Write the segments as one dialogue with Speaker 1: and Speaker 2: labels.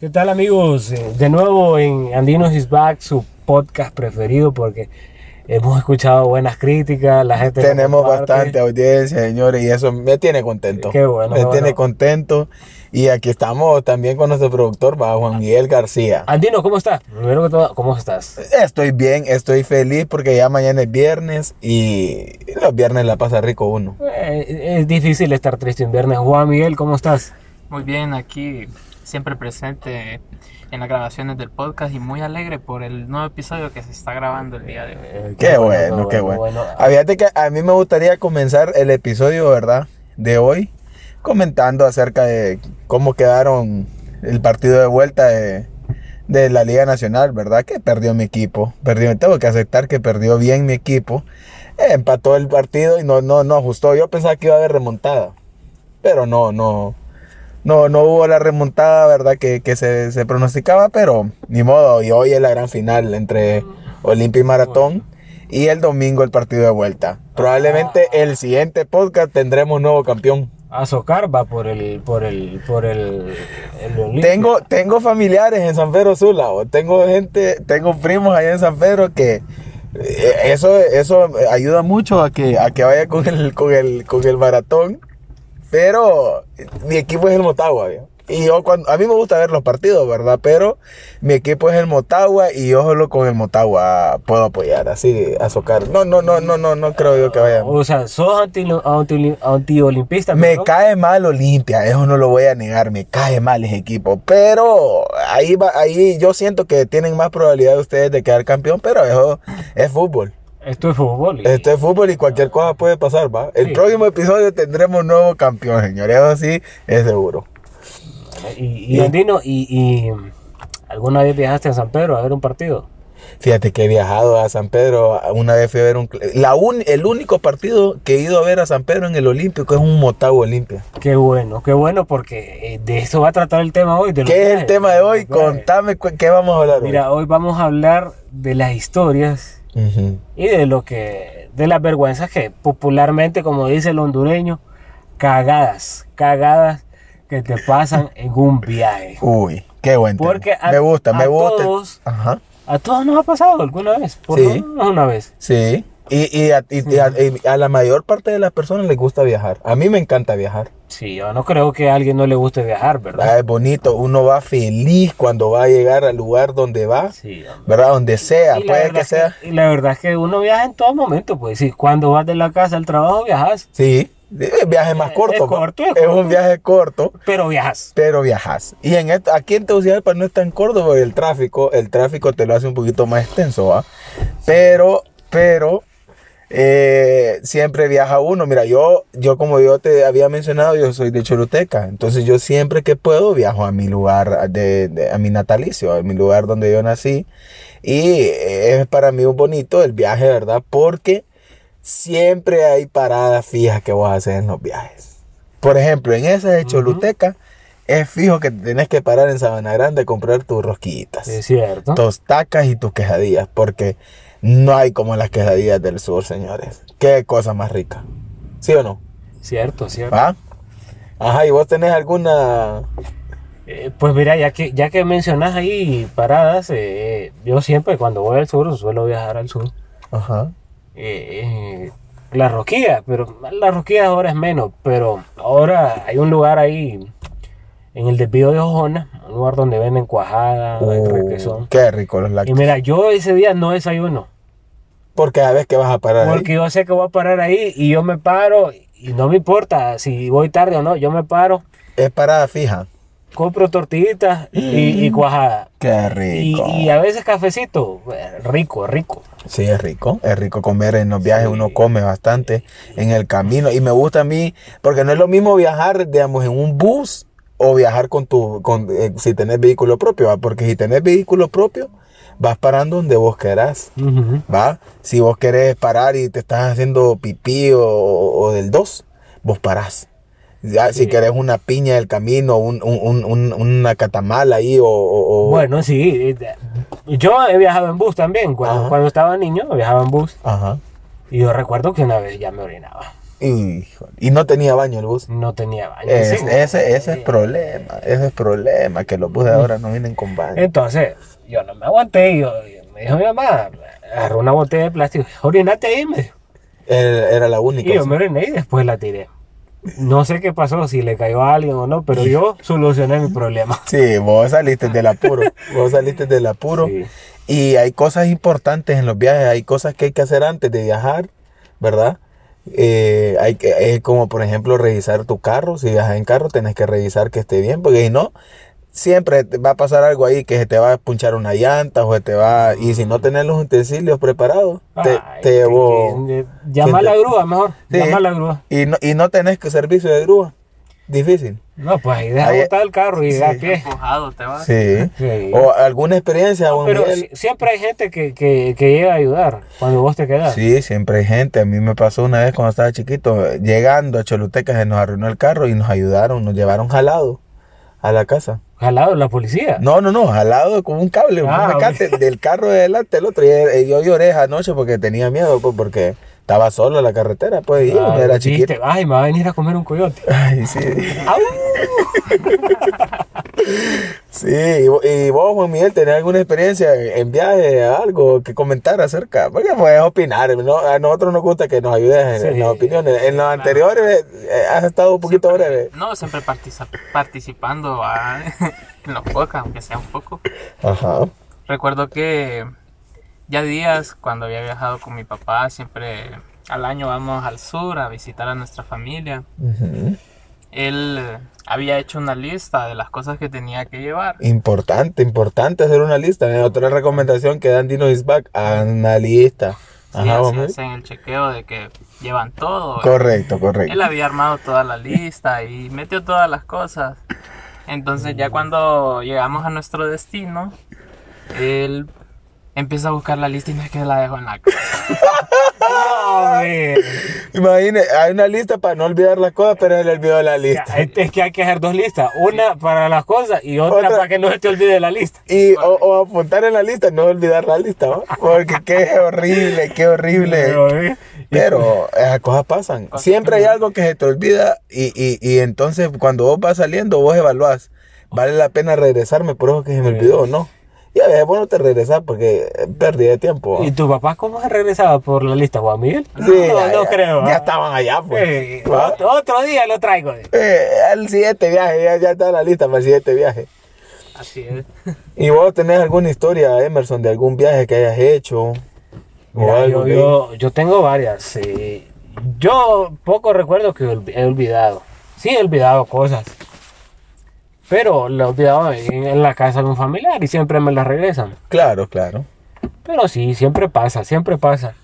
Speaker 1: ¿Qué tal amigos? Eh, De nuevo en Andinos is Back, su podcast preferido porque hemos escuchado buenas críticas, la gente... lo
Speaker 2: Tenemos
Speaker 1: comparte.
Speaker 2: bastante audiencia, señores, y eso me tiene contento.
Speaker 1: Qué bueno,
Speaker 2: Me
Speaker 1: qué
Speaker 2: tiene
Speaker 1: bueno.
Speaker 2: contento. Y aquí estamos también con nuestro productor, va,
Speaker 1: Ah.
Speaker 2: Juan Miguel García.
Speaker 1: Andino, ¿cómo estás? Primero que todo, ¿cómo estás?
Speaker 2: Estoy bien, estoy feliz porque ya mañana es viernes y los viernes la pasa rico uno.
Speaker 1: Eh, es difícil estar triste en viernes. Juan Miguel, ¿cómo estás?
Speaker 3: Muy bien, aquí siempre presente en las grabaciones del podcast y muy alegre por el nuevo episodio que se está grabando el día de hoy.
Speaker 1: Eh,
Speaker 2: Qué bueno, qué bueno. Ah, Fíjate que a mí me gustaría comenzar el episodio, ¿verdad? De hoy, comentando acerca de cómo quedaron el partido de vuelta de, de la Liga Nacional, ¿verdad? Que perdió mi equipo. Perdió, tengo que aceptar que perdió bien mi equipo. Eh, empató el partido y no, no, no ajustó. Yo pensaba que iba a haber remontada. Pero no, no. No, no hubo la remontada, ¿verdad? Que, que se, se pronosticaba, pero ni modo. Y hoy es la gran final entre Olimpia y Maratón. Y el domingo el partido de vuelta. Probablemente el siguiente podcast tendremos nuevo campeón.
Speaker 1: A socar va por el... por el... por el... el Olimpia.
Speaker 2: Tengo, tengo familiares en San Pedro Sula, o tengo gente, tengo primos allá en San Pedro que eh, eso, eso ayuda mucho a que, a que vaya con el, con el, con el maratón. Pero mi equipo es el Motagua, viejo. Y yo cuando, a mí me gusta ver los partidos, ¿verdad? Pero mi equipo es el Motagua y yo solo con el Motagua puedo apoyar, así, a socar. No, no, no, no, no, no creo yo que vaya.
Speaker 1: O sea, sos anti- anti- antiolimpista.
Speaker 2: Me
Speaker 1: perdón?
Speaker 2: cae mal Olimpia, eso no lo voy a negar, me cae mal ese equipo, pero ahí va, ahí yo siento que tienen más probabilidad de ustedes de quedar campeón, pero eso es fútbol.
Speaker 1: Esto es fútbol. y-
Speaker 2: Esto es fútbol y cualquier cosa puede pasar, ¿va? El
Speaker 1: Sí.
Speaker 2: próximo episodio tendremos nuevo campeón, señores, eso sí es seguro. Eh,
Speaker 1: Y, y Andino, y, y ¿alguna vez viajaste a San Pedro a ver un partido?
Speaker 2: Fíjate que he viajado a San Pedro, una vez fui a ver un cl- la un- el único partido que he ido a ver a San Pedro en el Olímpico es un Motagua Olimpia.
Speaker 1: Qué bueno, qué bueno, porque eh, de eso va a tratar el tema hoy. de los
Speaker 2: ¿Qué es
Speaker 1: viajes,
Speaker 2: el tema de hoy?
Speaker 1: los viajes.
Speaker 2: Contame cu- qué vamos a hablar. hoy.
Speaker 1: Mira, hoy vamos a hablar de las historias
Speaker 2: Ujú.
Speaker 1: y de lo que, de las vergüenzas que popularmente, como dice el hondureño, cagadas, cagadas que te pasan en un viaje.
Speaker 2: Uy, qué buen tema.
Speaker 1: Porque a-
Speaker 2: me gusta, me
Speaker 1: a
Speaker 2: gusta.
Speaker 1: todos-
Speaker 2: Ajá.
Speaker 1: A todos nos ha pasado alguna vez, por lo
Speaker 2: Sí.
Speaker 1: menos una vez.
Speaker 2: Sí. Y, y, a, y- y a- y a la mayor parte de las personas les gusta viajar. A mí me encanta viajar.
Speaker 1: Sí, yo no creo que a alguien no le guste viajar, ¿verdad?
Speaker 2: Ah, Es bonito. Uno va feliz cuando va a llegar al lugar donde va,
Speaker 1: Sí, hombre.
Speaker 2: ¿verdad? Donde sea,
Speaker 1: Y la
Speaker 2: puede
Speaker 1: verdad
Speaker 2: que
Speaker 1: es que-
Speaker 2: sea.
Speaker 1: y la verdad es que uno viaja en todo momento, pues sí, cuando vas de la casa al trabajo viajas,
Speaker 2: Sí. El viaje más
Speaker 1: Es
Speaker 2: corto. ¿va?
Speaker 1: corto, es
Speaker 2: Es
Speaker 1: corto.
Speaker 2: un viaje corto.
Speaker 1: pero viajas.
Speaker 2: pero viajas. Y en esto, aquí en Tegucigalpa no es tan corto porque el tráfico, el tráfico te lo hace un poquito más extenso, ¿va? Pero, pero, eh, siempre viaja uno. Mira, yo, yo como yo te había mencionado, yo soy de Choluteca. Entonces yo siempre que puedo viajo a mi lugar, de, de- a mi natalicio, a mi lugar donde yo nací. Y eh, es para mí un bonito el viaje, ¿verdad? Porque siempre hay paradas fijas que vos haces en los viajes. Por ejemplo, en esa de Choluteca, es fijo que te tenés que parar en Sabana Grande a comprar tus rosquillitas,
Speaker 1: Es cierto.
Speaker 2: tus tacas y tus quesadillas, porque no hay como las quesadillas del sur, señores. Qué cosa más rica. ¿Sí o no?
Speaker 1: Cierto, cierto.
Speaker 2: ¿Ah? Ajá, y vos tenés alguna.
Speaker 1: Eh, pues mira, ya que, ya que mencionas ahí paradas, eh, yo siempre cuando voy al sur suelo viajar al sur.
Speaker 2: Ajá.
Speaker 1: Eh, eh, la Roquilla, pero la Roquilla ahora es menos, pero ahora hay un lugar ahí en el desvío de Ojona, un lugar donde venden cuajada,
Speaker 2: Uh,
Speaker 1: requesón.
Speaker 2: qué rico los
Speaker 1: Y
Speaker 2: lácteos.
Speaker 1: mira, yo ese día no desayuno.
Speaker 2: Porque a vez que vas a parar. ahí.
Speaker 1: Porque yo sé que voy a parar ahí y yo me paro y no me importa si voy tarde o no, yo me paro,
Speaker 2: Es parada fija.
Speaker 1: compro tortillitas y, y cuajada.
Speaker 2: Qué
Speaker 1: Y,
Speaker 2: rico.
Speaker 1: y a veces cafecito, eh, rico, rico.
Speaker 2: Sí, es rico, es rico comer en los viajes, uno come bastante en el camino y me gusta a mí, porque no es lo mismo viajar, digamos, en un bus o viajar con tu, con, eh, si tenés vehículo propio, ¿va? porque si tenés vehículo propio, vas parando donde vos querás, ¿va? Si vos querés parar y te estás haciendo pipí o, o del dos, vos parás. Ya, Si querés una piña del camino, un, un- un- un- una catamala ahí o... o- o-
Speaker 1: Bueno, sí, eh, yo he viajado en bus también. Cuando,
Speaker 2: Ajá.
Speaker 1: cuando estaba niño viajaba en bus
Speaker 2: Ajá.
Speaker 1: y yo recuerdo que una vez ya me orinaba.
Speaker 2: Híjole, Y no tenía baño el bus.
Speaker 1: No tenía baño.
Speaker 2: Es-
Speaker 1: sí.
Speaker 2: ese, ese es problema, ese es problema, que los buses ahora no vienen con
Speaker 1: Eh,
Speaker 2: baño.
Speaker 1: Entonces, yo no me aguanté. y Yo, me dijo mi mamá, agarró una botella de plástico. Orinate ahí, me dijo.
Speaker 2: Era, era la única.
Speaker 1: Y yo
Speaker 2: opción.
Speaker 1: me oriné y después la tiré. No sé qué pasó, si le cayó a alguien o no, pero yo solucioné mi problema.
Speaker 2: Sí, vos saliste del apuro, vos saliste del apuro.
Speaker 1: Sí.
Speaker 2: Y hay cosas importantes en los viajes, hay cosas que hay que hacer antes de viajar, ¿verdad? Eh, hay que, es como por ejemplo revisar tu carro, si viajas en carro tenés que revisar que esté bien, porque si no, siempre te va a pasar algo ahí que se te va a punchar una llanta o se te va, y si no tenés los utensilios preparados, te,
Speaker 1: Ah. Ay,
Speaker 2: te llevo...
Speaker 1: que- que- Llama a la grúa mejor.
Speaker 2: Sí.
Speaker 1: Llama a la grúa.
Speaker 2: Y no, y no tenés que servicio de grúa, difícil.
Speaker 1: No, pues ahí deja
Speaker 2: Ahí-
Speaker 1: botar el carro y da a pie.
Speaker 3: Empujado te vas.
Speaker 2: Sí.
Speaker 1: Ah, Sí.
Speaker 2: O alguna experiencia, o un
Speaker 1: Pero
Speaker 2: viaje.
Speaker 1: si- siempre hay gente que, que, que llega a ayudar cuando vos te quedas.
Speaker 2: Sí, siempre hay gente. A mí me pasó una vez cuando estaba chiquito, llegando a Choluteca, se nos arruinó el carro y nos ayudaron, nos llevaron jalado a la casa.
Speaker 1: Jalado la policía.
Speaker 2: No, no, no, jalado con un cable, un
Speaker 1: Ah,
Speaker 2: mecate del carro de delante el otro. Y eh, yo lloré anoche porque tenía miedo, pues, porque estaba solo en la carretera, pues, y yo
Speaker 1: Ah,
Speaker 2: era
Speaker 1: dijiste,
Speaker 2: chiquito.
Speaker 1: Ay, me va a venir a comer un coyote.
Speaker 2: Ay, sí.
Speaker 1: Au.
Speaker 2: Sí, y, vo- y vos, Juan Miguel, ¿tenés alguna experiencia en viaje, algo que comentar acerca? Porque puedes opinar, ¿no? a nosotros nos gusta que nos ayudes en,
Speaker 1: Sí.
Speaker 2: las opiniones. En los anteriores eh, has estado un poquito breve.
Speaker 3: No, siempre partiza- participando ah, en los podcasts, aunque sea un poco.
Speaker 2: Ajá.
Speaker 3: Recuerdo que ya días cuando había viajado con mi papá, siempre al año vamos al sur a visitar a nuestra familia.
Speaker 2: Ujú.
Speaker 3: Él eh, había hecho una lista de las cosas que tenía que llevar.
Speaker 2: Importante, importante hacer una lista. ¿eh? Otra recomendación que dan Dino is back, una lista.
Speaker 3: Sí,
Speaker 2: Ajá, Juan
Speaker 3: así
Speaker 2: Miguel.
Speaker 3: hacen el chequeo de que llevan todo.
Speaker 2: Correcto, correcto.
Speaker 3: Él había armado toda la lista y metió todas las cosas. Entonces ya cuando llegamos a nuestro destino, él empieza a buscar la lista y no es que la dejó en la casa.
Speaker 1: A ver.
Speaker 2: Imagine, hay una lista para no olvidar las cosas, pero él olvidó la lista.
Speaker 1: este, Es que hay que hacer dos listas. Una para las cosas y otra,
Speaker 2: Otra.
Speaker 1: para que no se te olvide la lista.
Speaker 2: Y o, o apuntar en la lista, no olvidar la lista, ¿va? Porque qué horrible, qué horrible.
Speaker 1: Pero, ¿eh?
Speaker 2: Pero esas cosas pasan. Siempre hay algo que se te olvida y, y, y entonces cuando vos vas saliendo, vos evaluás. ¿Vale la pena regresarme por eso que se me olvidó o no? Y a veces vos no te regresás porque eh, perdí de tiempo. ¿va?
Speaker 1: ¿Y tu papá cómo se regresaba por la lista, Juan Miguel?
Speaker 2: Sí,
Speaker 1: no,
Speaker 2: ya,
Speaker 1: no
Speaker 2: ya-
Speaker 1: creo.
Speaker 2: Ya
Speaker 1: ¿ah?
Speaker 2: estaban allá,
Speaker 1: Eh,
Speaker 2: pues. ¿va?
Speaker 1: otro, otro día lo traigo.
Speaker 2: Eh, al siguiente viaje, ya, ya está la lista para el siguiente viaje.
Speaker 3: Así es.
Speaker 2: ¿Y vos tenés alguna historia, Emerson, de algún viaje que hayas hecho?
Speaker 1: Mira,
Speaker 2: algo
Speaker 1: yo,
Speaker 2: que-
Speaker 1: yo, yo tengo varias. sí. Yo poco recuerdo que olvi- he olvidado. Sí, he olvidado cosas. Pero lo he olvidado en, en la casa de un familiar y siempre me las regresan.
Speaker 2: Claro, claro.
Speaker 1: Pero sí, siempre pasa, siempre pasa.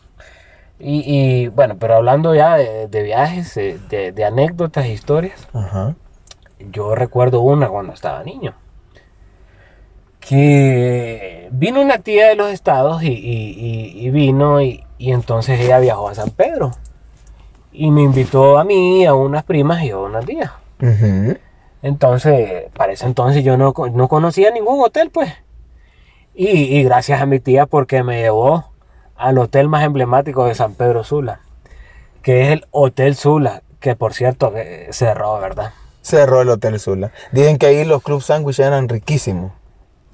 Speaker 1: Y, y, bueno, pero hablando ya de, de viajes, eh, de, de anécdotas, historias,
Speaker 2: Ajá.
Speaker 1: yo recuerdo una cuando estaba niño. Que vino una tía de los estados y, y- y- y vino y, y entonces ella viajó a San Pedro. Y me invitó a mí, a unas primas y a unas tías.
Speaker 2: Ujú.
Speaker 1: Entonces, para ese entonces yo no, co- no conocía ningún hotel, pues. Y, y gracias a mi tía porque me llevó al hotel más emblemático de San Pedro Sula, que es el Hotel Sula, que por cierto que cerró, ¿verdad?
Speaker 2: Cerró el Hotel Sula. Dicen que ahí los club sándwiches eran riquísimos.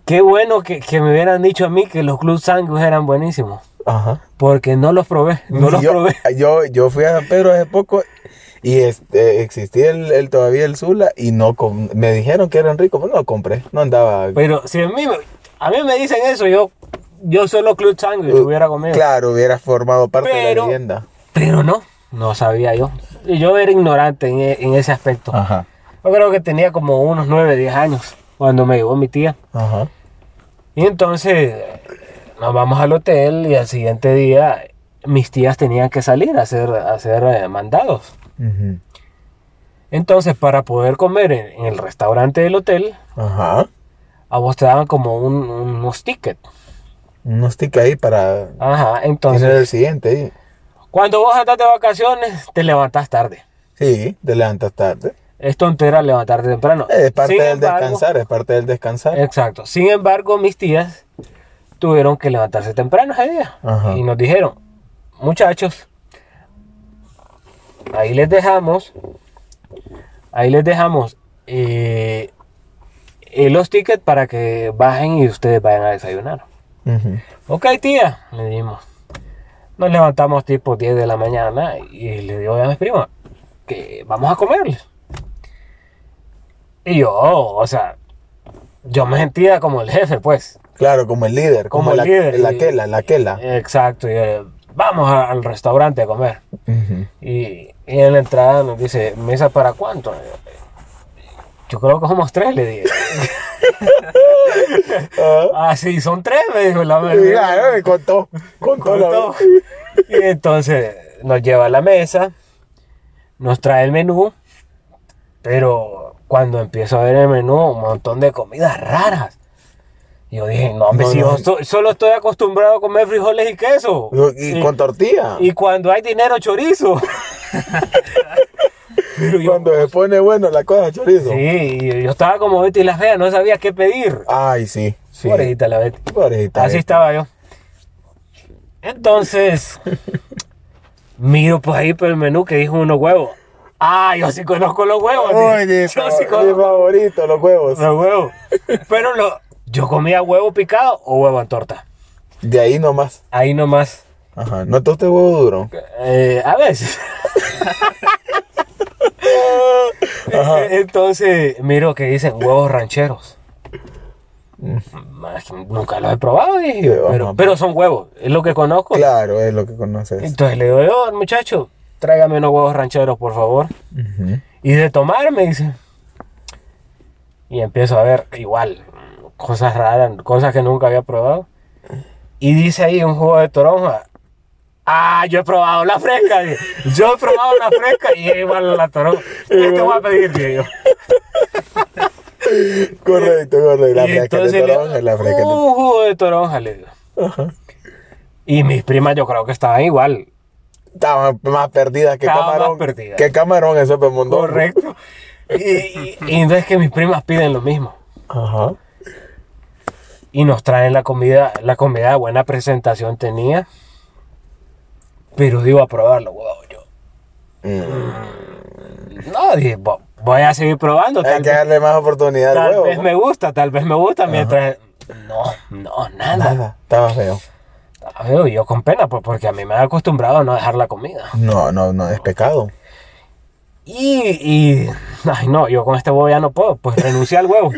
Speaker 1: Qué bueno que, que me hubieran dicho a mí que los club sándwiches eran buenísimos,
Speaker 2: Ajá.
Speaker 1: porque no los probé, no
Speaker 2: Y
Speaker 1: los
Speaker 2: yo,
Speaker 1: probé.
Speaker 2: Yo, yo fui a San Pedro hace poco y este, existía el, el- todavía el Sula y no com- me dijeron que eran ricos, pero no compré. No andaba.
Speaker 1: Pero si a mí, me- a mí me dicen eso, yo, yo solo club sándwich hubiera comido.
Speaker 2: uh, Claro, hubiera formado parte de la
Speaker 1: Pero-
Speaker 2: leyenda.
Speaker 1: Pero no, no sabía yo. Y Yo era ignorante en, e- en ese aspecto.
Speaker 2: Ajá.
Speaker 1: Yo creo que tenía como unos 9, 10 años cuando me llevó mi tía.
Speaker 2: Ajá.
Speaker 1: Y entonces eh, nos vamos al hotel y al siguiente día mis tías tenían que salir a hacer, a hacer eh, mandados.
Speaker 2: Ujú.
Speaker 1: Entonces para poder comer en, en el restaurante del hotel,
Speaker 2: Ajá.
Speaker 1: a vos te daban como un- unos tickets.
Speaker 2: Unos tickets ahí para
Speaker 1: Ajá,
Speaker 2: tener
Speaker 1: entonces
Speaker 2: el siguiente. ahí.
Speaker 1: cuando vos andás de vacaciones te levantás tarde.
Speaker 2: Sí, te levantas tarde.
Speaker 1: Es tontera levantarte temprano.
Speaker 2: Es parte
Speaker 1: Sin
Speaker 2: del
Speaker 1: embargo,
Speaker 2: descansar, es parte del descansar.
Speaker 1: Exacto. Sin embargo, mis tías tuvieron que levantarse temprano ese día.
Speaker 2: Ajá.
Speaker 1: Y nos dijeron, muchachos, ahí les dejamos. Ahí les dejamos eh, eh, los tickets para que bajen y ustedes vayan a desayunar.
Speaker 2: Ujú.
Speaker 1: Ok, tía, le dimos. Nos levantamos tipo 10 de la mañana y le digo a mis primas que vamos a comerles. Y yo, o sea, yo me sentía como el jefe, pues.
Speaker 2: Claro, como el líder.
Speaker 1: Como
Speaker 2: Como,
Speaker 1: el
Speaker 2: la,
Speaker 1: líder,
Speaker 2: La
Speaker 1: y-
Speaker 2: quela, la quela.
Speaker 1: Exacto, y, eh, vamos a- al restaurante a comer.
Speaker 2: Ujú.
Speaker 1: Y, y en la entrada nos dice, ¿mesa para cuánto? Yo creo que somos tres, le dije.
Speaker 2: Ah,
Speaker 1: ah, sí, son tres, me dijo la
Speaker 2: y
Speaker 1: verdad.
Speaker 2: ya, me contó. Contó, la-
Speaker 1: Todo. Y entonces nos lleva a la mesa, nos trae el menú, pero cuando empiezo a ver el menú, un montón de comidas raras. Yo dije, no, hombre,
Speaker 2: No,
Speaker 1: si yo
Speaker 2: no.
Speaker 1: so- solo estoy acostumbrado a comer frijoles y queso.
Speaker 2: Y, con tortilla.
Speaker 1: y cuando hay dinero, chorizo. pero yo,
Speaker 2: Cuando se pone bueno la cosa, chorizo.
Speaker 1: sí, y yo estaba como Betty la fea, no sabía qué pedir.
Speaker 2: Ay, sí. sí.
Speaker 1: Pobrecita la Betty.
Speaker 2: Pobrecita.
Speaker 1: Así
Speaker 2: eh.
Speaker 1: estaba yo. Entonces, miro pues ahí por el menú que dijo unos huevos. Ah, yo sí conozco los huevos.
Speaker 2: Uy,
Speaker 1: dije.
Speaker 2: mi,
Speaker 1: yo sí
Speaker 2: fa- mi
Speaker 1: conozco
Speaker 2: favorito, los huevos.
Speaker 1: los huevos. Pero lo- yo comía huevo picado o huevo en torta.
Speaker 2: De ahí nomás.
Speaker 1: Ahí nomás.
Speaker 2: Ajá. ¿No te gusta el huevo duro?
Speaker 1: eh, a veces. Entonces, miro que dicen huevos rancheros. Más, Nunca los he probado, dije yo,
Speaker 2: Huevos,
Speaker 1: pero,
Speaker 2: mamá.
Speaker 1: pero son huevos, es lo que conozco.
Speaker 2: Claro, es lo que conoces.
Speaker 1: Entonces le digo yo, muchacho, tráigame unos huevos rancheros, por favor.
Speaker 2: Ujú.
Speaker 1: Y de tomar, me dice. Y empiezo a ver, igual, cosas raras, cosas que nunca había probado. Y dice ahí un jugo de toronja. Ah, yo he probado la fresca. dije. Yo he probado la fresca y es igual a la toronja. ¿Qué te voy a pedir, dije yo?
Speaker 2: Correcto, correcto. La
Speaker 1: Y
Speaker 2: fresca de
Speaker 1: entonces le-
Speaker 2: toronja, la fresca de-
Speaker 1: Un jugo de toronja, le digo.
Speaker 2: Ajá.
Speaker 1: Y mis primas yo creo que estaban igual.
Speaker 2: Estaba más perdida que
Speaker 1: Estaba más
Speaker 2: camarón.
Speaker 1: perdida.
Speaker 2: Que camarón eso es mundo.
Speaker 1: Correcto. Y, y, y entonces que mis primas piden lo mismo.
Speaker 2: Ajá.
Speaker 1: y nos traen la comida, la comida de buena presentación tenía. Pero iba a probarlo, huevón, yo.
Speaker 2: Mm.
Speaker 1: No, dije, "Bo- voy a seguir probando.
Speaker 2: Hay
Speaker 1: Tal,
Speaker 2: que
Speaker 1: vez,
Speaker 2: darle más oportunidad
Speaker 1: tal
Speaker 2: al huevo.
Speaker 1: vez me gusta, tal vez me gusta. Mientras... No, no, nada.
Speaker 2: Nada, estaba feo.
Speaker 1: A ver, yo con pena, pues, porque a mí me ha acostumbrado a no dejar la comida.
Speaker 2: No, no, no, es pecado.
Speaker 1: Y, y- ay, no, yo con este huevo ya no puedo. Pues renuncié al huevo.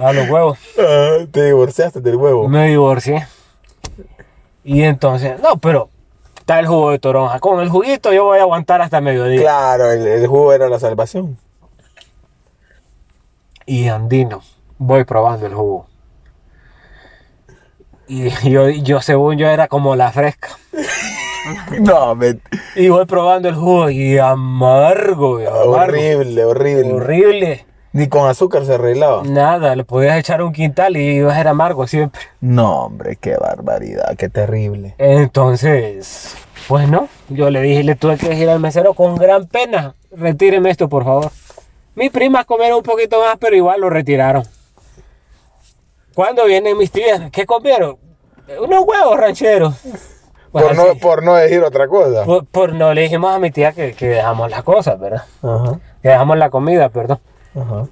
Speaker 1: a los huevos.
Speaker 2: Ah, te divorciaste del huevo.
Speaker 1: Me divorcié. Y entonces, no, pero está el jugo de toronja. Con el juguito yo voy a aguantar hasta mediodía.
Speaker 2: Claro, el, el jugo era la salvación.
Speaker 1: Y andino, voy probando el jugo. Y yo, yo según yo era como la fresca.
Speaker 2: No, me...
Speaker 1: Y voy probando el jugo y amargo, y amargo.
Speaker 2: horrible, horrible.
Speaker 1: Horrible. Mm.
Speaker 2: Ni con azúcar se arreglaba.
Speaker 1: Nada, le podías echar un quintal y ibas a ser amargo siempre.
Speaker 2: No, hombre, qué barbaridad, qué terrible.
Speaker 1: Entonces, pues no, yo le dije, le tuve que decir al mesero con gran pena, retíreme esto por favor. Mis primas comieron un poquito más, pero igual lo retiraron. Cuando vienen mis tías, ¿qué comieron? Unos huevos rancheros. Pues
Speaker 2: por, no,
Speaker 1: así.
Speaker 2: por no decir otra cosa.
Speaker 1: Por- por no le dijimos a mi tía que, que dejamos las cosas, ¿verdad?
Speaker 2: Ajá,
Speaker 1: Que dejamos la comida, perdón.
Speaker 2: ajá.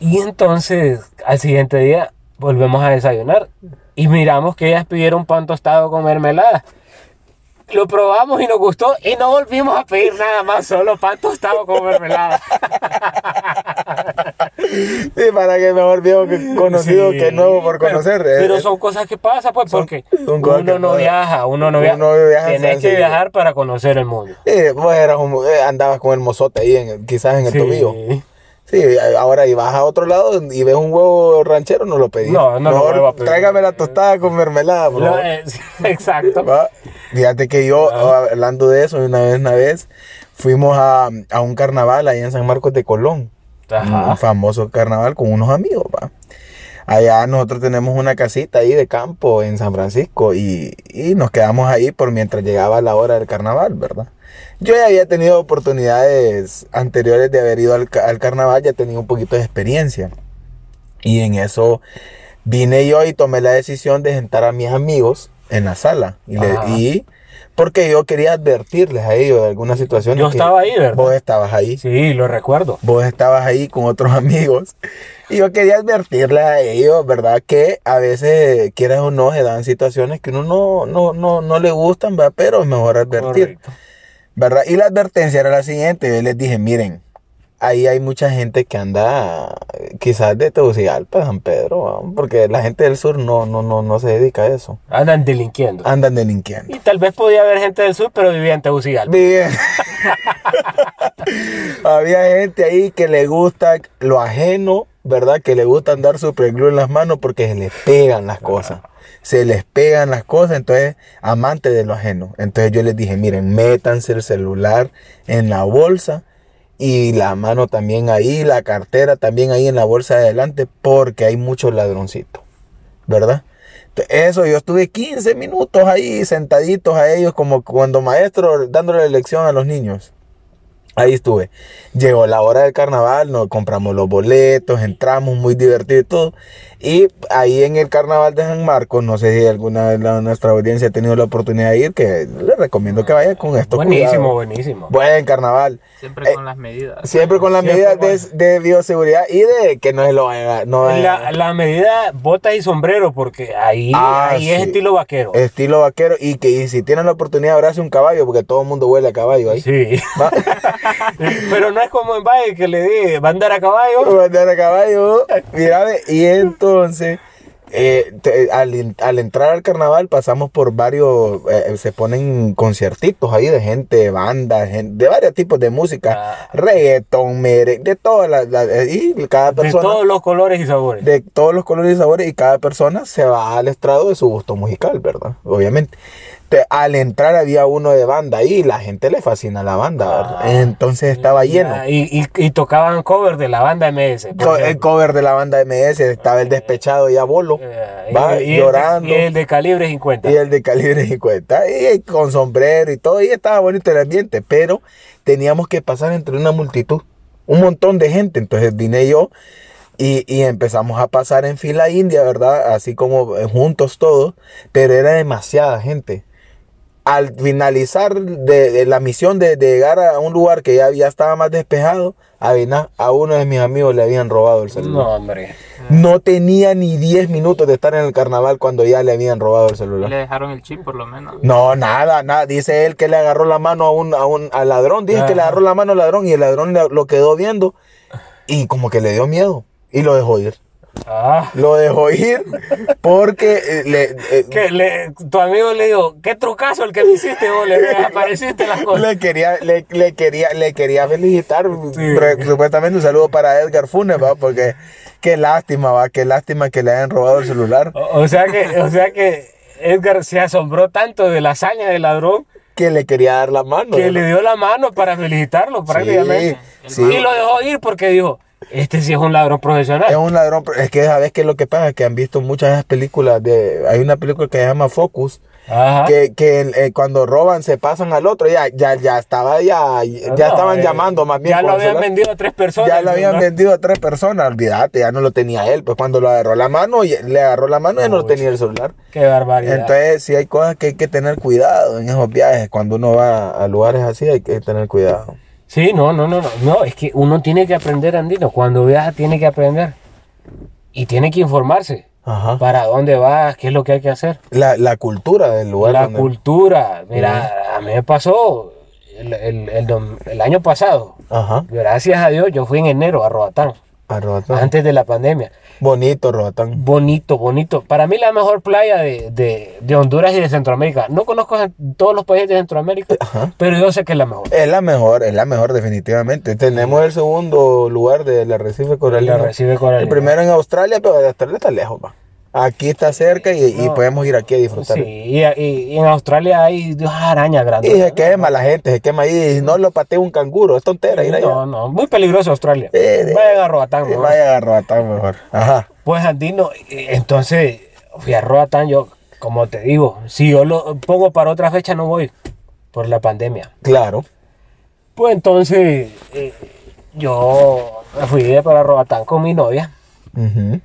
Speaker 1: Y entonces, al siguiente día, volvemos a desayunar y miramos que ellas pidieron pan tostado con mermelada. Lo probamos y nos gustó y no volvimos a pedir nada más, solo pan tostado con mermelada.
Speaker 2: Sí, para que mejor viejo que conocido
Speaker 1: Sí,
Speaker 2: que nuevo por
Speaker 1: pero-
Speaker 2: conocer.
Speaker 1: Pero,
Speaker 2: Eh, eh,
Speaker 1: son cosas que pasan, pues, porque
Speaker 2: son cosas
Speaker 1: uno
Speaker 2: que
Speaker 1: no
Speaker 2: pasan.
Speaker 1: viaja, uno no
Speaker 2: Uno
Speaker 1: viaja.
Speaker 2: viaja
Speaker 1: Tienes
Speaker 2: tan
Speaker 1: que
Speaker 2: seguido.
Speaker 1: viajar para conocer el mundo.
Speaker 2: eh, vos eras un- eh, andabas con el mozote ahí, en, quizás en el
Speaker 1: Sí.
Speaker 2: tobillo. Sí, eh, ahora y vas a otro lado y ves un huevo ranchero, no lo pedís.
Speaker 1: No, no lo
Speaker 2: Mejor
Speaker 1: vuelvo a pedir.
Speaker 2: Tráigame la tostada con mermelada, por
Speaker 1: Lo-
Speaker 2: favor.
Speaker 1: eh, sí, exacto.
Speaker 2: Va, Fíjate que yo, hablando de eso, una vez, una vez, fuimos a, a un carnaval ahí en San Marcos de Colón. Un
Speaker 1: Ajá.
Speaker 2: famoso carnaval con unos amigos, va. Allá nosotros tenemos una casita ahí de campo en San Francisco y, y nos quedamos ahí por mientras llegaba la hora del carnaval, ¿verdad? Yo ya había tenido oportunidades anteriores de haber ido al, ca- al carnaval, ya tenía un poquito de experiencia. Y en eso vine yo y tomé la decisión de sentar a mis amigos en la sala. Y, le-
Speaker 1: Ajá.
Speaker 2: y Porque yo quería advertirles a ellos de algunas situaciones.
Speaker 1: Yo
Speaker 2: que
Speaker 1: estaba ahí, ¿verdad?
Speaker 2: Vos estabas ahí.
Speaker 1: Sí, lo recuerdo.
Speaker 2: Vos estabas ahí con otros amigos. Y yo quería advertirles a ellos, ¿verdad? Que a veces, quieras o no, se dan situaciones que uno no, no, no, no le gustan, ¿verdad? Pero es mejor advertir,
Speaker 1: Correcto.
Speaker 2: ¿verdad? Y la advertencia era la siguiente. Yo les dije, miren, ahí hay mucha gente que anda eh, quizás de Tegucigalpa, San Pedro, ¿verdad? porque la gente del sur no, no, no, no se dedica a eso.
Speaker 1: Andan delinquiendo.
Speaker 2: Andan delinquiendo.
Speaker 1: Y tal vez podía haber gente del sur, pero vivía en Tegucigalpa.
Speaker 2: Bien. Había gente ahí que le gusta lo ajeno, ¿verdad? Que le gusta andar superglue en las manos porque se les pegan las cosas. Se les pegan las cosas, entonces, amante de lo ajeno. Entonces yo les dije, miren, métanse el celular en la bolsa y la mano también ahí, la cartera también ahí en la bolsa de adelante porque hay muchos ladroncitos, ¿verdad? Eso, yo estuve 15 minutos ahí sentaditos a ellos como cuando maestro dándole la lección a los niños. Ahí estuve. Llegó la hora del carnaval, nos compramos los boletos, entramos muy divertido y todo. Y ahí en el carnaval de San Marcos, no sé si alguna de la- nuestra audiencia ha tenido la oportunidad de ir, que les recomiendo que vaya con esto.
Speaker 1: Buenísimo,
Speaker 2: cuidado.
Speaker 1: buenísimo.
Speaker 2: Buen carnaval.
Speaker 3: Siempre
Speaker 2: Eh,
Speaker 3: con las medidas.
Speaker 2: Siempre con las
Speaker 1: Siempre
Speaker 2: medidas de, de bioseguridad y de que no es lo... No es,
Speaker 1: La, la medida botas y sombrero, porque ahí,
Speaker 2: Ah,
Speaker 1: ahí es
Speaker 2: sí. Eh,
Speaker 1: estilo vaquero.
Speaker 2: Estilo vaquero. Y que y si tienen la oportunidad, abrace un caballo, porque todo el mundo huele a caballo ahí.
Speaker 1: Sí.
Speaker 2: Va-
Speaker 1: Pero no es como en Valle que le di, va a andar a caballo.
Speaker 2: Huele a caballo. Mira, ve, y entonces, eh, te- al, en- al entrar al carnaval, pasamos por varios. eh, se ponen conciertitos ahí de gente, banda, gente, de varios tipos de música:
Speaker 1: Ah.
Speaker 2: reggaeton, merengue, de todas las. las- y cada
Speaker 1: De
Speaker 2: persona.
Speaker 1: todos los colores y sabores.
Speaker 2: de todos los colores y sabores y cada persona se va al estrado de su gusto musical, ¿verdad? Obviamente. Te- al entrar había uno de banda y la gente le fascina la banda, ¿verdad?
Speaker 1: Ah,
Speaker 2: Entonces estaba lleno.
Speaker 1: Ah, Y, y- y tocaban cover de la banda MS. por
Speaker 2: Co- el
Speaker 1: ejemplo.
Speaker 2: cover de la banda MS, estaba el despechado ya bolo,
Speaker 1: Eh,
Speaker 2: va,
Speaker 1: Ah, y- y el de-
Speaker 2: llorando.
Speaker 1: y el de calibre 50.
Speaker 2: Y el de calibre 50, y con sombrero y todo, y estaba bonito el ambiente, pero teníamos que pasar entre una multitud, un montón de gente. Entonces vine yo y, y empezamos a pasar en fila india, ¿verdad? Así como eh, juntos todos, pero era demasiada gente. Al finalizar de, de la misión de, de llegar a un lugar que ya, ya estaba más despejado, a, Vina- a uno de mis amigos le habían robado el celular.
Speaker 1: No, hombre.
Speaker 2: No, tenía ni 10 minutos de estar en el carnaval cuando ya le habían robado el
Speaker 3: Y
Speaker 2: celular.
Speaker 3: le dejaron el chip por lo menos.
Speaker 1: pues.
Speaker 2: No, nada, nada. Dice él que le agarró la mano a un, a un al ladrón. Dice que le
Speaker 1: Ajá.
Speaker 2: agarró la mano al ladrón y el ladrón le- lo quedó viendo y como que le dio miedo y lo dejó ir.
Speaker 1: Ah,
Speaker 2: Lo dejó ir porque eh, le, eh,
Speaker 1: que le- tu amigo le dijo, qué trucazo el que me hiciste, vos le apareciste las cosas.
Speaker 2: le quería, le, le quería, le quería felicitar.
Speaker 1: Sí.
Speaker 2: Pero, supuestamente un saludo para Edgar Funes, ¿va? porque qué lástima, va, qué lástima que le hayan robado el celular.
Speaker 1: O, o sea que, o sea que Edgar se asombró tanto de la hazaña del ladrón
Speaker 2: Que le quería dar la mano.
Speaker 1: que le dio la mano para felicitarlo prácticamente.
Speaker 2: sí.
Speaker 1: Y lo dejó ir porque dijo, este sí es un ladrón
Speaker 2: Es
Speaker 1: profesional.
Speaker 2: un ladrón, pero es que sabes que lo que pasa es que han visto muchas de esas películas de, hay una película que se llama Focus,
Speaker 1: Ajá.
Speaker 2: Eh, que, que eh, cuando roban se pasan al otro, ya, ya, ya estaba, ya, ya
Speaker 1: No,
Speaker 2: estaban
Speaker 1: eh,
Speaker 2: llamando más bien.
Speaker 1: Ya
Speaker 2: por
Speaker 1: lo
Speaker 2: el
Speaker 1: habían
Speaker 2: celular.
Speaker 1: vendido a tres personas.
Speaker 2: Ya lo habían
Speaker 1: ¿no?
Speaker 2: vendido a tres personas, olvídate, ya no lo tenía él, pues cuando lo agarró la mano, y- le agarró la mano y no lo tenía el celular.
Speaker 1: Qué barbaridad.
Speaker 2: Entonces sí hay cosas que hay que tener cuidado en esos viajes, cuando uno va a lugares así hay que tener cuidado.
Speaker 1: Sí, no, no, no, no, no, es que uno tiene que aprender, Andino. Cuando viaja tiene que aprender. Y tiene que informarse.
Speaker 2: Ajá.
Speaker 1: ¿Para dónde vas? ¿Qué es lo que hay que hacer?
Speaker 2: La, la cultura del lugar.
Speaker 1: la
Speaker 2: donde-
Speaker 1: cultura. Mira, a mí me pasó el, el- el dom- el año pasado.
Speaker 2: Ajá.
Speaker 1: Gracias a Dios, yo fui en enero a Roatán,
Speaker 2: A Roatán.
Speaker 1: antes de la pandemia.
Speaker 2: Bonito Roatán.
Speaker 1: Bonito, bonito. Para mí la mejor playa de, de- de Honduras y de Centroamérica. No conozco en todos los países de Centroamérica, pero yo sé que es la mejor.
Speaker 2: Es la mejor, es la mejor definitivamente. Tenemos el segundo lugar del arrecife coralino.
Speaker 1: El arrecife coralino.
Speaker 2: El primero en Australia, pero de Australia está lejos, va. Aquí está cerca y, y podemos ir aquí a disfrutar.
Speaker 1: Sí, y, y- y en Australia hay Dios araña
Speaker 2: Y
Speaker 1: grande.
Speaker 2: se quema la gente, se quema ahí. Y no lo patea un canguro, es tontera. ir allá.
Speaker 1: No, no, muy peligroso Australia.
Speaker 2: Eh, eh,
Speaker 1: Vayan a Roatán.
Speaker 2: Eh,
Speaker 1: ¿no?
Speaker 2: Vaya a Roatán mejor. Ajá.
Speaker 1: Pues Andino, eh, entonces fui a Roatán, yo, como te digo, si yo lo pongo para otra fecha no voy por la pandemia.
Speaker 2: Claro.
Speaker 1: Pues entonces eh, yo me fui de para Roatán con mi novia,
Speaker 2: Ujú.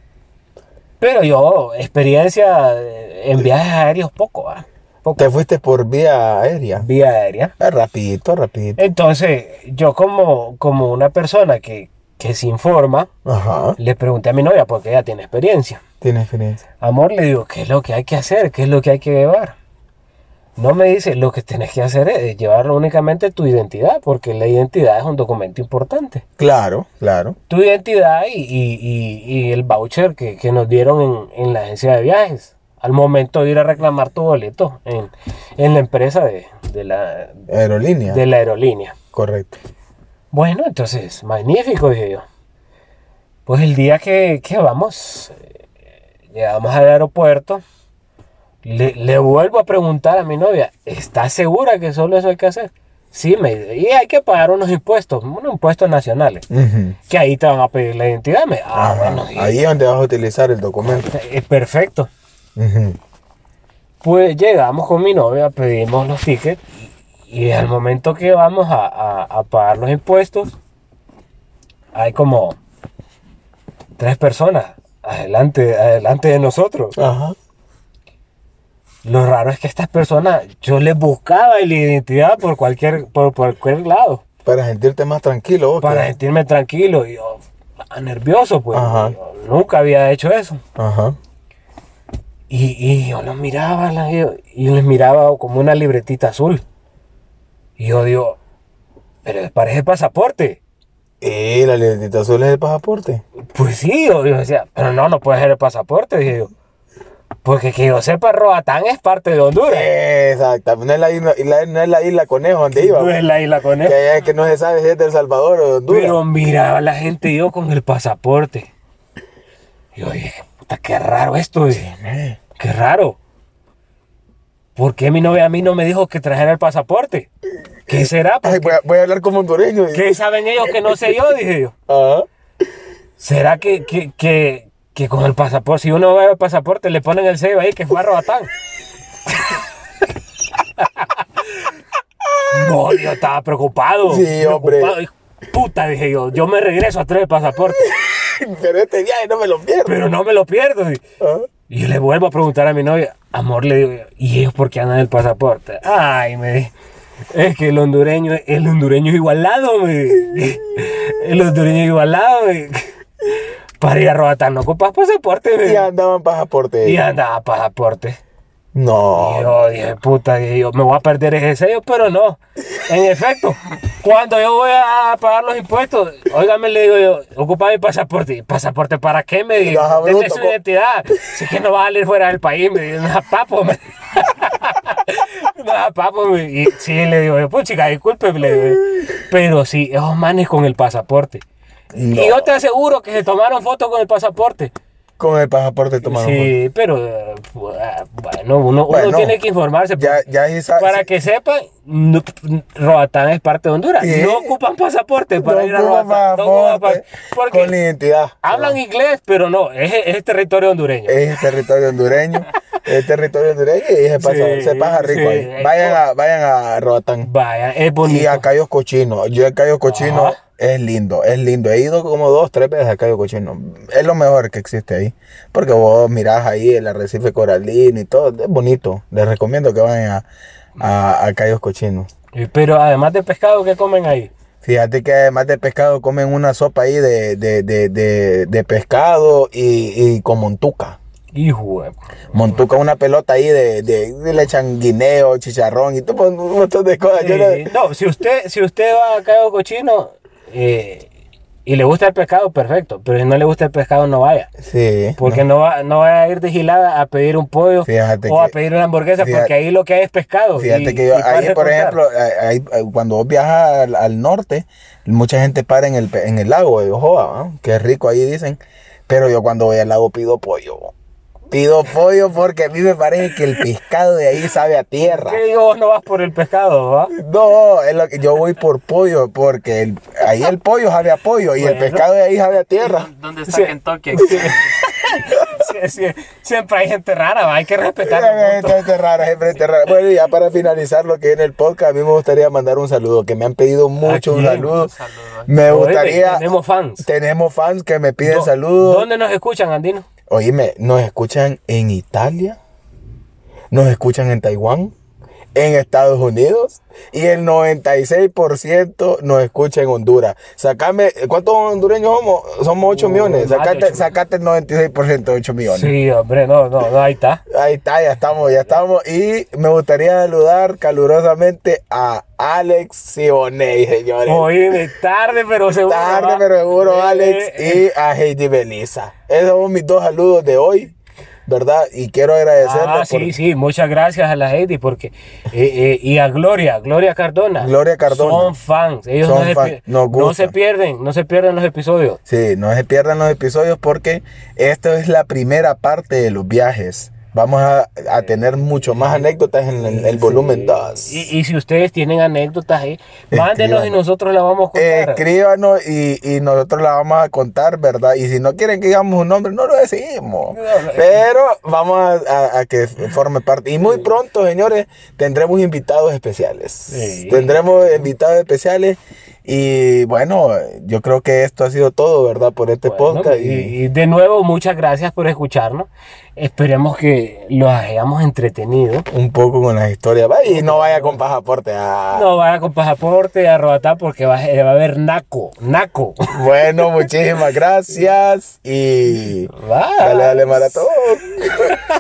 Speaker 1: pero yo experiencia eh, en viajes aéreos poco, ¿va? Poco.
Speaker 2: Te fuiste por vía aérea.
Speaker 1: Vía aérea.
Speaker 2: Ah, rapidito, rapidito.
Speaker 1: Entonces, yo como, como una persona que, que se informa,
Speaker 2: Ajá.
Speaker 1: le pregunté a mi novia porque ella tiene experiencia.
Speaker 2: Tiene experiencia.
Speaker 1: Amor, le digo, ¿qué es lo que hay que hacer? ¿Qué es lo que hay que llevar? No me dice, lo que tenés que hacer es llevar únicamente tu identidad, porque la identidad es un documento importante.
Speaker 2: Claro, claro.
Speaker 1: Tu identidad y, y- y- y el voucher que, que nos dieron en, en la agencia de viajes. Al momento de ir a reclamar tu boleto en, en la empresa de, de la,
Speaker 2: Aerolínea.
Speaker 1: de la aerolínea.
Speaker 2: Correcto.
Speaker 1: Bueno, entonces, magnífico, dije yo. Pues el día que, que vamos, eh, llegamos al aeropuerto, le, le vuelvo a preguntar a mi novia, ¿estás segura que solo eso hay que hacer? Sí, me dice, y hay que pagar unos impuestos, unos impuestos nacionales,
Speaker 2: Ujú.
Speaker 1: que ahí te van a pedir la identidad. Me, ah,
Speaker 2: Ajá.
Speaker 1: bueno, dije,
Speaker 2: Ahí es donde vas a utilizar el documento.
Speaker 1: eh, perfecto.
Speaker 2: Ujú.
Speaker 1: Pues llegamos con mi novia, pedimos los tickets y, y al momento que vamos a, a- a pagar los impuestos, hay como tres personas adelante, adelante de nosotros.
Speaker 2: Ajá.
Speaker 1: Lo raro es que estas personas, yo les buscaba la identidad por cualquier, por cualquier lado,
Speaker 2: Para sentirte más tranquilo. vos,
Speaker 1: para
Speaker 2: que-
Speaker 1: sentirme tranquilo y yo, nervioso, pues
Speaker 2: Ajá.
Speaker 1: yo nunca había hecho eso.
Speaker 2: Ajá.
Speaker 1: Y, y yo los miraba, la- y les miraba como una libretita azul. Y yo digo, pero parece pasaporte.
Speaker 2: Eh, la libretita azul es el pasaporte.
Speaker 1: Pues sí, yo, yo decía, pero no, no puede ser el pasaporte, dije yo. Porque que yo sepa, Roatán es parte de Honduras.
Speaker 2: Exactamente. No es la isla, isla- no es la isla conejo donde iba. pues.
Speaker 1: no es la isla con
Speaker 2: Que
Speaker 1: él.
Speaker 2: allá es que no se sabe si es de El Salvador o de Honduras.
Speaker 1: Pero miraba la gente yo con el pasaporte. Y yo dije, puta, qué raro esto, dije.
Speaker 2: Eh,
Speaker 1: Qué raro. ¿Por qué mi novia a mí no me dijo que trajera el pasaporte? ¿Qué será?
Speaker 2: ay, voy, a, voy a hablar como hondureño.
Speaker 1: ¿Qué saben ellos que no sé yo? Dije yo.
Speaker 2: Ajá.
Speaker 1: ¿Será que, que, que, que con el pasaporte, si uno ve el pasaporte, le ponen el sello ahí que fue a Roatán? no, yo estaba preocupado.
Speaker 2: Sí, hombre.
Speaker 1: preocupado. Hijo- Puta, dije yo, yo me regreso a traer el pasaporte,
Speaker 2: Pero este viaje no me lo pierdo.
Speaker 1: pero no me lo pierdo. dije.
Speaker 2: Ajá.
Speaker 1: Y yo le vuelvo a preguntar a mi novia, amor, le digo, yo, ¿y ellos por qué andan el pasaporte? Ay, me di- es que el hondureño, el hondureño es igualado, me di. el hondureño es igualado, me di. para ir a Roatán no ocupas pasaporte, me
Speaker 2: Y
Speaker 1: di.
Speaker 2: andaban pasaporte.
Speaker 1: y andaba pasaporte. Y
Speaker 2: No.
Speaker 1: yo dije, puta, dije yo me voy a perder ese sello, pero no. En efecto, cuando yo voy a pagar los impuestos, óigame, le digo yo, ocupa mi pasaporte. ¿Y ¿Pasaporte para qué? Me dijo,
Speaker 2: Ajá,
Speaker 1: denme
Speaker 2: bruto,
Speaker 1: su
Speaker 2: co-
Speaker 1: identidad. Si es que no va a salir fuera del país, me dijo, no, papo, me No, papo, me Y sí, le digo yo, pues chica, disculpe, le digo yo. Pero sí, esos manes con el pasaporte.
Speaker 2: No.
Speaker 1: Y yo te aseguro que se tomaron fotos con el pasaporte.
Speaker 2: Con el pasaporte tomaron.
Speaker 1: Sí, pero eh, pu- ah, bueno, uno, uno
Speaker 2: Bueno,
Speaker 1: tiene que informarse. pues.
Speaker 2: Ya, ya ahí sa-
Speaker 1: Para que sepan, no- Roatán es parte de Honduras.
Speaker 2: Sí.
Speaker 1: No ocupan pasaporte para
Speaker 2: No
Speaker 1: ir a
Speaker 2: ocupa
Speaker 1: Roatán. No ocupan
Speaker 2: pasaporte
Speaker 1: pas- pues, porque
Speaker 2: con identidad.
Speaker 1: hablan inglés, pero no, es, es territorio hondureño.
Speaker 2: Es territorio hondureño. es territorio hondureño y se pasa,
Speaker 1: Sí,
Speaker 2: se pasa rico
Speaker 1: sí.
Speaker 2: ahí. Vayan a, vayan a Roatán.
Speaker 1: Vaya, es bonito.
Speaker 2: Y a Cayos Cochino. Yo a Cayos Cochino
Speaker 1: Ajá.
Speaker 2: es lindo, es lindo. He ido como dos, tres veces a Cayos Cochino. Es lo mejor que existe ahí. Porque vos mirás ahí el arrecife coralino y todo. Es bonito. Les recomiendo que vayan a, a, a Cayos Cochino.
Speaker 1: Y- Eh, Pero además de pescado, ¿qué comen ahí?
Speaker 2: Fíjate que además de pescado comen una sopa ahí de, de, de, de, de pescado y, y con montuca.
Speaker 1: Hijo, de-
Speaker 2: Montuca una pelota ahí de, de, de le echan guineo, chicharrón y todo, pues, un montón de cosas. Yo
Speaker 1: Eh,
Speaker 2: no-
Speaker 1: no, si usted, si usted va a Cayo Cochino eh, y le gusta el pescado, perfecto. Pero si no le gusta el pescado, no vaya.
Speaker 2: Sí.
Speaker 1: Porque no, va, no va a ir de gilada a pedir un pollo
Speaker 2: Fíjate
Speaker 1: o a
Speaker 2: que-
Speaker 1: pedir una hamburguesa,
Speaker 2: fíjate-
Speaker 1: porque ahí lo que hay es pescado.
Speaker 2: Fíjate
Speaker 1: y-
Speaker 2: que yo,
Speaker 1: y para
Speaker 2: ahí, por
Speaker 1: recortar.
Speaker 2: ejemplo, eh, ahí- ahí- cuando vos viajas al, al norte, mucha gente para en el, pe- en el lago de Ojoa, ¿no? que es rico ahí dicen, pero yo cuando voy al lago pido pollo. Pido pollo porque a mí me parece que el pescado de ahí sabe a tierra.
Speaker 1: ¿Qué digo? Vos no vas por el pescado, ¿va?
Speaker 2: No, es lo que yo voy por pollo, porque el- ahí el pollo sabe a pollo y el
Speaker 1: Bueno.
Speaker 2: pescado de ahí sabe a tierra.
Speaker 3: ¿Dónde está
Speaker 1: Sí.
Speaker 3: Kentucky?
Speaker 1: Sie- sie- siempre hay gente rara, ¿va? Hay que respetar.
Speaker 2: Siempre hay gente rara, siempre hay gente rara. Bueno, y ya para finalizar lo que es en el podcast, a mí me gustaría mandar un saludo, que me han pedido mucho un
Speaker 1: quién? ¿eh?
Speaker 2: saludo.
Speaker 3: Un saludo.
Speaker 2: Me gustaría.
Speaker 1: Tenemos fans.
Speaker 2: Tenemos fans que me piden
Speaker 1: Do-
Speaker 2: saludos.
Speaker 1: ¿Dónde nos escuchan, Andino?
Speaker 2: Oíme, nos escuchan en Italia, Nos escuchan en Taiwán, en Estados Unidos y el 96% nos escucha en Honduras. Sacame, ¿cuántos hondureños somos? Somos 8
Speaker 1: Uh, más
Speaker 2: millones.
Speaker 1: de
Speaker 2: Sacate,
Speaker 1: ocho.
Speaker 2: sacate el 96% de 8 millones.
Speaker 1: Sí, hombre, no, no, no, ahí está.
Speaker 2: Ahí está, ya estamos, ya estamos. Y me gustaría saludar calurosamente a Alex Siboney, señores.
Speaker 1: Oíme, tarde, pero seguro.
Speaker 2: Tarde,
Speaker 1: va.
Speaker 2: pero seguro,
Speaker 1: Eh,
Speaker 2: Alex,
Speaker 1: eh,
Speaker 2: y a Heidi Belisa. Esos son mis dos saludos de hoy, ¿verdad? Y quiero agradecerles
Speaker 1: Ah, sí, sí, muchas gracias a la Heidi porque eh, eh, y a Gloria, Gloria Cardona.
Speaker 2: Gloria Cardona.
Speaker 1: Son fans, ellos
Speaker 2: Son
Speaker 1: no, se,
Speaker 2: fan-
Speaker 1: pi-
Speaker 2: nos
Speaker 1: no se
Speaker 2: gustan.
Speaker 1: pierden, no se pierden los episodios.
Speaker 2: Sí, no se pierdan los episodios porque esto es la primera parte de los viajes. Vamos a, a tener mucho más anécdotas en el, el volumen 2.
Speaker 1: Eh, Y, y si ustedes tienen anécdotas, eh, mándenos y
Speaker 2: Escríbanos. Eh,
Speaker 1: nosotros la vamos a contar.
Speaker 2: Escríbanos y, y nosotros la vamos a contar, ¿verdad? Y si no quieren que digamos un nombre, no lo decimos.
Speaker 1: No, no.
Speaker 2: Pero vamos a, a- a que forme parte. Y muy pronto, señores, tendremos invitados especiales.
Speaker 1: Sí.
Speaker 2: Tendremos invitados especiales. Y bueno, yo creo que esto ha sido todo, ¿verdad? Por este
Speaker 1: Bueno,
Speaker 2: podcast.
Speaker 1: y,
Speaker 2: Y,
Speaker 1: y de nuevo, muchas gracias por escucharnos. Esperemos que los hayamos entretenido.
Speaker 2: un poco con las historias. Va, Y no vaya con pasaporte. ah.
Speaker 1: No vaya con pasaporte a robatar porque va, eh, va a haber naco, naco.
Speaker 2: Bueno, muchísimas gracias. Y
Speaker 1: Va.
Speaker 2: dale, dale, maratón.